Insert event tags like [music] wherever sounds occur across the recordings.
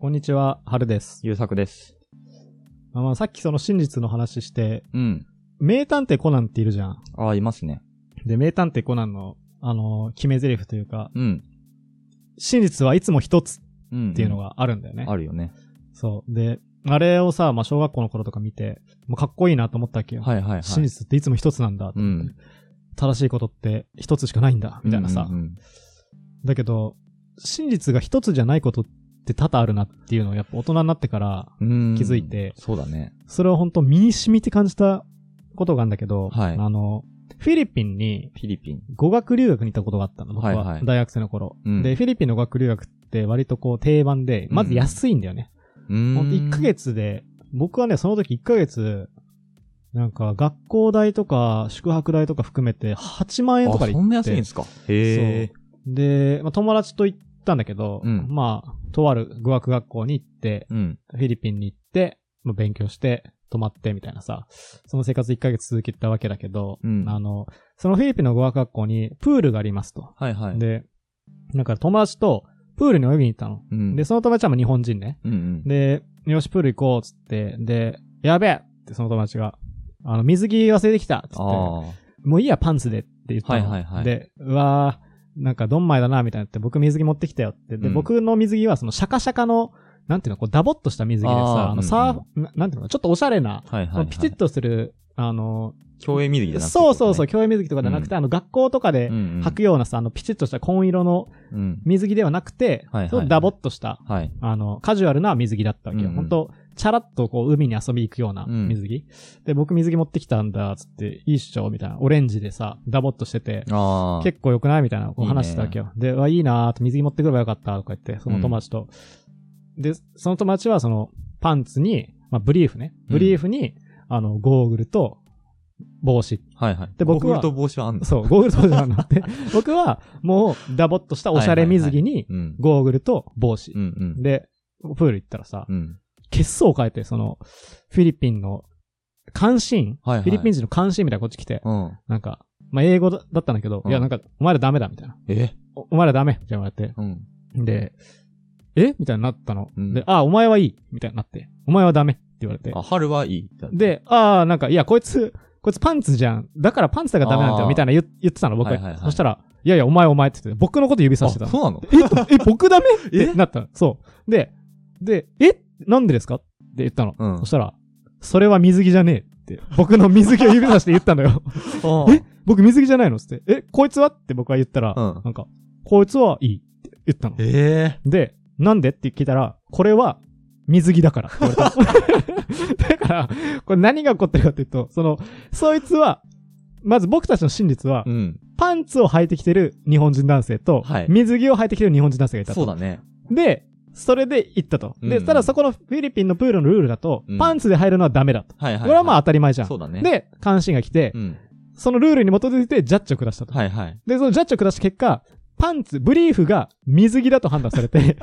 こんにちは、はるです。優作です。あまあ、さっきその真実の話して、うん。名探偵コナンっているじゃん。ああ、いますね。で、名探偵コナンの、あのー決め台詞というか、うん。真実はいつも一つうん。っていうのがあるんだよね。あるよね。そう。で、あれをさ、まあ、小学校の頃とか見て、もうかっこいいなと思ったわけよ。はいはいはい。真実っていつも一つなんだ。うん。正しいことって一つしかないんだ。みたいなさ。うんうんだけど、真実が一つじゃないことって多々あるなっていうのをやっぱ大人になってから、うん、うん気づいてそうだね。それを本当身に染みて感じたことがあるんだけど、はいあの、フィリピンにフィリピン。語学留学に行ったことがあったの、僕は。はいはい大学生の頃、うんで、フィリピンの語学留学って割とこう定番で、まず安いんだよね。うほんとん1ヶ。月で、僕はね、その時1ヶ月、なんか学校代とか宿泊代とか含めて8万円とかあ、でそ行んなっ安いんてで。すか。へえ。で、まあ、友達と行ったんだけど、うんまあ、とある語学学校に行って、うん。フィリピンに行って、まあ、勉強して、泊まってみたいなさ、その生活1ヶ月続けたわけだけど、うんあの、そのフィリピンの語学学校にプールがありますと。はいはい。で、なんか友達とプールに泳ぎに行ったの。うん、で、その友達はまあ日本人ね。うんうん。で、よし、プール行こうっつって、で、やべえってその友達が、あの、水着忘れてきたっつって、あもあ。ういいや、パンツでって言ったの。はいはいはいで、うわー、なんかドンマイだな、みたいになって、僕水着持ってきたよって。で、うん僕の水着はそのシャカシャカの、なんていうの、こうダボっとした水着であさ、ーあの、サーフ、ななんていうの、ちょっとおしゃれな、はいはい、はい。ピチッとする、あの、競泳水着じゃなくて、そうそうそう、競泳水着とかじゃなくて、うあの、学校とかでう、んうん。履くようなさ、あの、ピチッとした紺色のうん。水着ではなくて、はいはいはいすごくダボっとした、はい。あの、カジュアルな水着だったわけよ。うんうん本当チャラッとこう、海に遊び行くようなうん水着。で、僕水着持ってきたんだ、つって、いいっしょみたいな。オレンジでさ、ダボっとしてて、ああ。結構良くないみたいな、こういいね話してたわけよ。で、うわ、いいなーって、水着持ってくればよかった、とか言って、その友達と。で、その友達は、その、パンツに、まあ、ブリーフね。ブリーフに、あの、ゴーグルと、帽子。はいはい。で僕はゴーグルと帽子はあんのそう、ゴーグルと帽子なんだ [laughs] って。僕は、もう、ダボっとしたおしゃれ水着に、うん。ゴーグルと帽子う。んうん。で、プール行ったらさう、ん。血相を変えて、その、フィリピンの、監視員、はいはいフィリピン人の監視員みたいなのこっち来て、うん。なんか、まあ、英語だだったんだけど、うんいや、なんか、お前らダメだ、みたいな。えおお前らダメ、みたいな言われて。うん。で、えみたいになったの。うんで、あ、お前はいい、みたいになって。お前はダメって言われて。あ、春はいい。で、あー、なんか、いや、こいつ、こいつパンツじゃん。だからパンツだからダメなんだあよ、ーみたいな言言ってたの、僕。はいはいはいそしたら、いやいや、お前お前って言って、僕のこと指さあ、してそたうの。なのえとえ、僕ダメ [laughs] ってえなったの。そう。で、で、えなんでですかって言ったの。うんそしたら、それは水着じゃねえって、僕の水着を指さして言ったのよ。 [laughs] あえ僕水着じゃないのっつって、え、こいつはって僕は言ったら、うんなんか、こいつはいいって言ったの。ええで、なんでって聞いたら、これは水着だからって言われた。だ [laughs] から、これ何が起こってるかっていうと、その、そいつは、まず僕たちの真実は、うん。パンツを履いてきてる日本人男性と、はい水着を履いてきてる日本人男性がいたと。そうだね。で、それで行ったと。うんで、うんただそこのフィリピンのプールのルールだと、うんパンツで入るのはダメだと。はいはい、はい。これはまあ当たり前じゃん。そうだね。、で、監視員が来て、うん。そのルールに基づいてジャッジを下したと。はいはい。で、そのジャッジを下した結果、パンツ、ブリーフが水着だと判断され [laughs] て、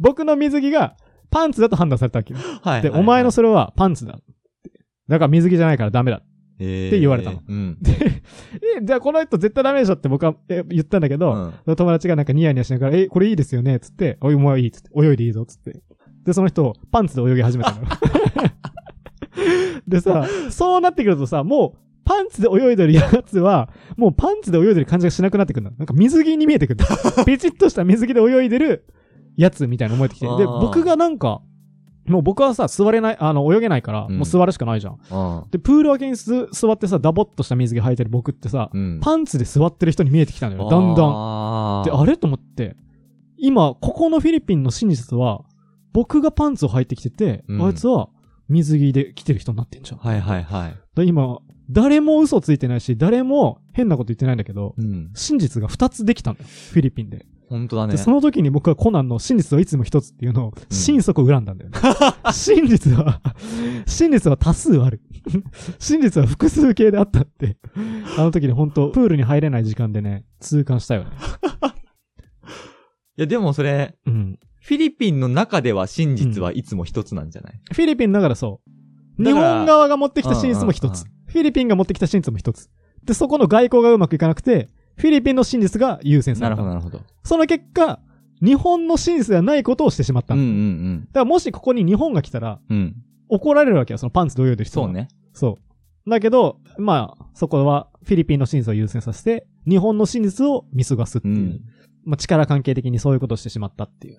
僕の水着がパンツだと判断されたわけよ。はい。で、お前のそれはパンツだ。だから水着じゃないからダメだ。えって言われたのうん。え、じゃあこの人絶対ダメでしょって僕はえ言ったんだけど、うんその友達がなんかニヤニヤしながら、え、これいいですよねっつって、おい、お前はいいっつって、泳いでいいぞっつって。で、その人、パンツで泳ぎ始め [laughs] たのよ。でさ、そうなってくるとさ、もう、パンツで泳いでるやつは、もうパンツで泳いでる感じがしなくなってくるの。なんか水着に見えてくる。 [laughs] ピチッとした水着で泳いでるやつみたいな思えてきて。あで、ー僕がなんか、もう僕はさ、座れない、あの、泳げないから、うんもう座るしかないじゃん。あで、プール脇にす座ってさ、ダボっとした水着履いてる僕ってさ、ーうん。パンツで座ってる人に見えてきたのよ、だんだん。あで、ーあれと思って、今、ここのフィリピンの真実は、僕がパンツを履いてきてて、うんあいつは水着で来てる人になってんじゃん。はいはいはい。で今、誰も嘘ついてないし、誰も変なこと言ってないんだけど、うん。真実が2つできたのよ、フィリピンで。本当だね。で、その時に僕はコナンの真実はいつも1つっていうのを、心底恨んだんだよね。 [laughs] 真実は、真実は多数ある。 [laughs] 真実は複数形であったって。あの時に本当プールに入れない時間でね、痛感したよね。いやでもそれ、うん。フィリピンの中では真実はいつも一つなんじゃない、フィリピンだからそう。日だから本側が持ってきた真実も一つうん。フィリピンが持ってきた真実も一つ。で、そこの外交がうまくいかなくて、フィリピンの真実が優先さなれるほどた。なるほど。その結果、日本の真実ではないことをしてしまったうんんうだ。んだからもしここに日本が来たら、うん。うん。怒られるわけよ、そのパンツ同様でる人がそう。ね。そう。だけど、まあ、そこはフィリピンの真実を優先させて、日本の真実を見過ごすってういう。ん。まあ、力関係的にそういうことをしてしまったっていう。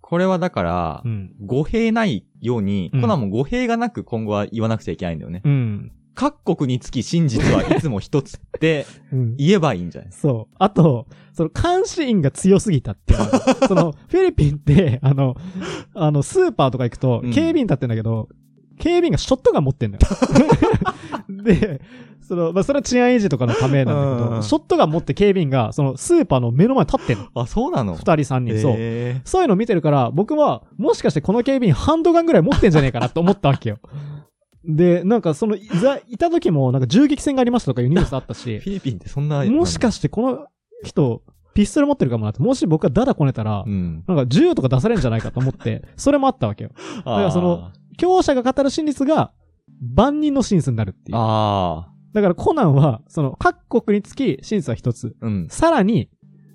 これはだからう、ん。語弊ないように、うんコナンも語弊がなく今後は言わなくちゃいけないんだよね。うん。各国につき真実はいつも一つってうん。言えばいいんじゃないそう。あと、その監視員が強すぎた [laughs] っていうのが。その、フィリピンって、あの、あの、スーパーとか行くとう、ん警備員立ってんだけど、警備員がショットガン持ってん [laughs] だよ。で、その、まあ、それは治安維持とかのためなんだけうんど、ショットガン持って警備員が、その、スーパーの目の前に立ってんの。あ、そうなの二人三人、そう。へそういうの見てるから、僕は、もしかしてこの警備員ハンドガンぐらい持ってんじゃねえかなと思ったわけよ。で、なんかその、いざ、いた時も、なんか銃撃戦がありましたとかいうニュースあったしー。フィリピンってそんな、もしかしてこの人、ピストル持ってるかもなって、もし僕がダダこねたら、うん。なんか銃とか出されるんじゃないかと思って、それもあったわけよ。だからその、強者が語る真実が、万人の真実になるっていう。あだからコナンは、その、各国につき真実は一つ。ーうん。さらに、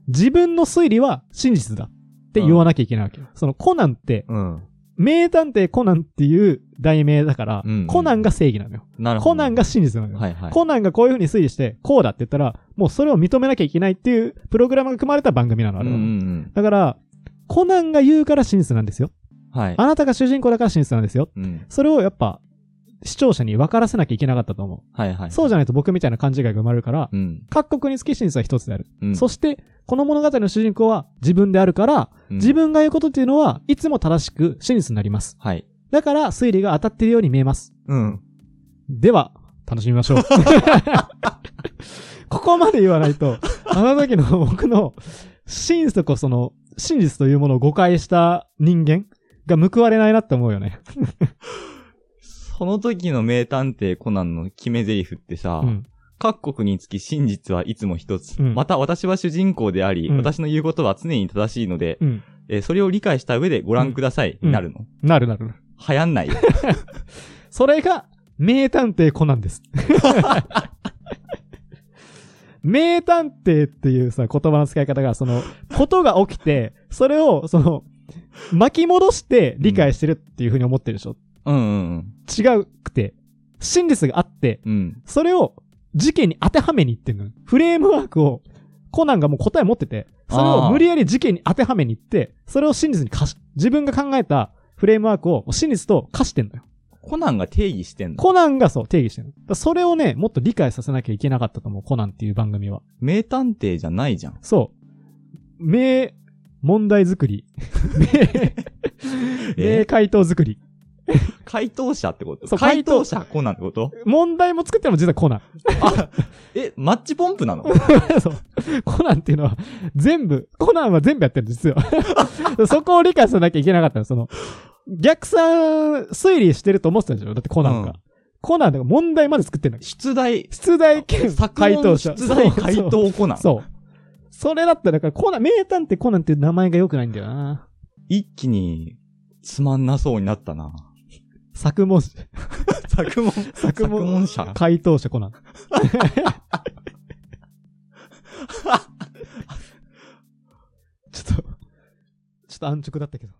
自分の推理は真実だって言わなきゃいけないわけよ。そのコナンって、うん。名探偵コナンっていう題名だから、うんうんコナンが正義なのよ。なるほど。コナンが、真実なのよ。はいはい。コナンがこういう風に推理して、こうだって言ったら、もうそれを認めなきゃいけないっていうプログラムが組まれた番組なの、あうんれうは。んだから、コナンが言うから真実なんですよ。うん。はい。あなたが主人公だから真実なんですよ。うん。それをやっぱ、視聴者に分からせなきゃいけなかったと思はいはう。い。そうじゃないと僕みたいな勘違いが生まれるから、うん。各国につき真実は一つである。うん。そして、この物語の主人公は自分であるから、うん自。分が言うことっていうのは、いつも正しく真実になります。はい。だから、推理が当たっているように見えます。うん。では、楽しみましょう。ここまで言わないと、あの時の僕の真実とこうその、真実というものを誤解した人間が報われないなって思うよね。その時の名探偵コナンの決め台詞ってさ、うん。各国につき真実はいつも一つ。うんまた私は主人公であり、うん私の言うことは常に正しいので、うん。えーそれを理解した上でご覧ください。うんになるの。なるなるなる。流行 [laughs] んないよ。それが、名探偵コナンです。名探偵っていうさ、言葉の使い方が、その、ことが起きて、それを、その、巻き戻して理解してるっていうふうに思ってるでしょ。うんうん違うくて、真実があって、うん。うん。それを事件に当てはめにいってんのよ。フレームワークを、コナンがもう答え持ってて、それあをー無理やり事件に当てはめにいって、それを真実に貸し、自分が考えたフレームワークを真実と貸してんのよ。コナンが定義してんの。コナンがそう定義してんの。だからそれをね、もっと理解させなきゃいけなかったと思う、コナンっていう番組は。名探偵じゃないじゃん。そう。名、問題作り。名、名え回答作り。回答者ってことそう回答回答者コナンってこと問題も作ってるのも実はコナン。え、マッチポンプなのそう。コナンっていうのは、全部、コナンは全部やってるんですよ。 [laughs] そこを理解さなきゃいけなかったの、その、逆算、推理してると思ってたでしょだってコナンが。うんコナンが問題まで作ってんだけど。出題、出題兼作回答文者。出題そう回答コナン。そう。それだったら、だからコナン、名探偵コナンっていう名前が良くないんだよな。一気につまんなそうになったな。作文、作文、作文者。回答者コ [laughs] ナン。ちょっと、ちょっと安直だったけど。